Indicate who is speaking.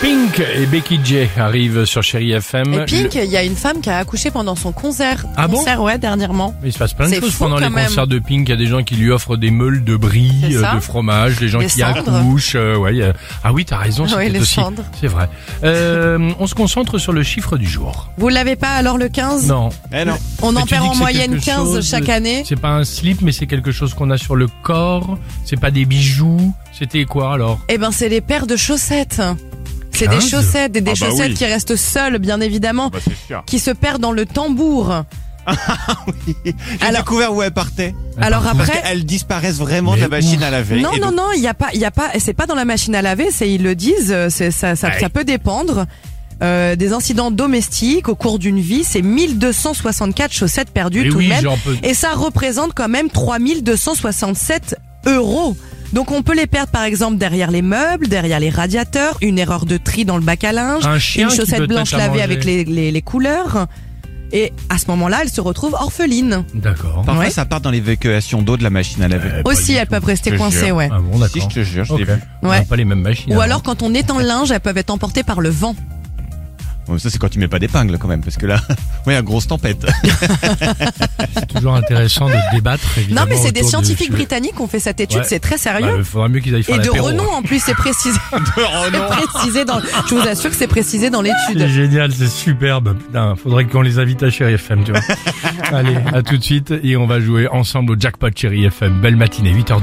Speaker 1: Pink et Becky J arrivent sur Chéri FM.
Speaker 2: Et Pink,
Speaker 1: Le-
Speaker 2: il y a une femme qui a accouché pendant son concert.
Speaker 1: Ah bon
Speaker 2: concert, ouais, dernièrement.
Speaker 1: Il se passe plein de
Speaker 2: C'est
Speaker 1: choses
Speaker 2: fou
Speaker 1: pendant
Speaker 2: quand
Speaker 1: les
Speaker 2: même.
Speaker 1: concerts de Pink. Il y a des gens qui lui offrent des meules de brie,
Speaker 2: C'est
Speaker 1: euh,
Speaker 2: ça.
Speaker 1: de fromage, des gens
Speaker 2: Des
Speaker 1: qui
Speaker 2: cendres.
Speaker 1: accouchent. euh, ouais, il y a- Ah oui, t'as raison, c'est
Speaker 2: Ouais,
Speaker 1: peut-être
Speaker 2: les
Speaker 1: aussi.
Speaker 2: cendres.
Speaker 1: C'est vrai. Euh, on se concentre sur le chiffre du jour.
Speaker 2: Vous l'avez pas alors le 15
Speaker 1: Eh Non.
Speaker 2: On
Speaker 1: Mais
Speaker 2: en
Speaker 1: tu
Speaker 2: perd
Speaker 1: dis
Speaker 2: en
Speaker 1: que c'est
Speaker 2: moyenne
Speaker 1: quelque
Speaker 2: 15
Speaker 1: chose euh,
Speaker 2: chaque
Speaker 1: de-
Speaker 2: année.
Speaker 1: C'est pas un slip, mais c'est quelque chose qu'on a sur le corps. C'est pas des bijoux. C'était quoi alors
Speaker 2: Eh ben, c'est les paires de chaussettes. C'est
Speaker 1: 15?
Speaker 2: des chaussettes, des, des
Speaker 3: Ah bah
Speaker 2: chaussettes
Speaker 3: oui.
Speaker 2: qui restent seules, bien évidemment,
Speaker 3: Bah c'est sûr.
Speaker 2: qui se perdent dans le
Speaker 1: Ah,
Speaker 2: tambour.
Speaker 4: J'ai
Speaker 2: Alors-
Speaker 4: découvert où elle partait.
Speaker 2: Alors
Speaker 1: partout.
Speaker 4: Parce
Speaker 2: après,
Speaker 4: qu'elles disparaissent vraiment de
Speaker 1: Mais
Speaker 4: la machine à laver.
Speaker 2: non,
Speaker 4: Et
Speaker 2: non,
Speaker 4: donc,
Speaker 2: non, il y a pas, il y a pas, c'est pas dans la machine à laver, c'est ils le disent, euh, c'est ça, ça, ça peut dépendre. euh, des incidents domestiques au cours d'une vie, c'est 1264 chaussettes perdues
Speaker 1: Eh
Speaker 2: tout
Speaker 1: oui,
Speaker 2: de même.
Speaker 1: j'en peux-
Speaker 2: Et ça représente quand même 3267 euros. Donc on peut les perdre par exemple derrière les meubles, derrière les radiateurs, une erreur de tri dans le bac à linge,
Speaker 1: Un chien
Speaker 2: une
Speaker 1: qui peut
Speaker 2: chaussette
Speaker 1: être
Speaker 2: blanche
Speaker 1: à
Speaker 2: lavée
Speaker 1: manger.
Speaker 2: avec les, les, les couleurs. Et à ce moment-là, elle se retrouve orpheline.
Speaker 1: D'accord.
Speaker 4: Parfois,
Speaker 2: Ouais.
Speaker 4: ça part dans l'évacuation d'eau de la machine à laver.
Speaker 1: Eh, pas
Speaker 2: Aussi,
Speaker 1: du
Speaker 2: elles
Speaker 1: tout.
Speaker 2: peuvent
Speaker 4: Je
Speaker 2: rester
Speaker 4: te
Speaker 2: coincées,
Speaker 4: jure.
Speaker 2: ouais.
Speaker 1: Ah bon,
Speaker 4: Si,
Speaker 1: d'accord.
Speaker 4: je te jure, je l'ai
Speaker 1: Ok.
Speaker 4: vu.
Speaker 1: On n'a
Speaker 2: Ouais.
Speaker 1: pas les mêmes machines.
Speaker 2: Ou
Speaker 1: alors.
Speaker 2: alors quand on étend le linge, elles peuvent être emportées par le vent.
Speaker 4: Bon, ça, c'est quand tu mets pas d'épingle quand même, parce que là, ouais, une grosse tempête.
Speaker 1: toujours intéressant de débattre. Évidemment,
Speaker 2: non mais c'est des
Speaker 1: autour de
Speaker 2: scientifiques
Speaker 1: ce-
Speaker 2: britanniques qui ont fait cette étude,
Speaker 1: Ouais.
Speaker 2: c'est très
Speaker 1: Bah,
Speaker 2: sérieux.
Speaker 1: Il faudrait mieux qu'ils aillent faire
Speaker 2: Et de
Speaker 1: l'apéro. hein.
Speaker 2: renom en plus, c'est précisé,
Speaker 4: oh non.
Speaker 2: c'est précisé dans. Je vous assure que c'est précisé dans l'étude.
Speaker 1: C'est génial, c'est superbe. Putain, faudrait qu'on les invite à Chéri FM, tu vois. Allez, à tout de suite et on va jouer ensemble au jackpot Chéri FM. Belle matinée, 8h12.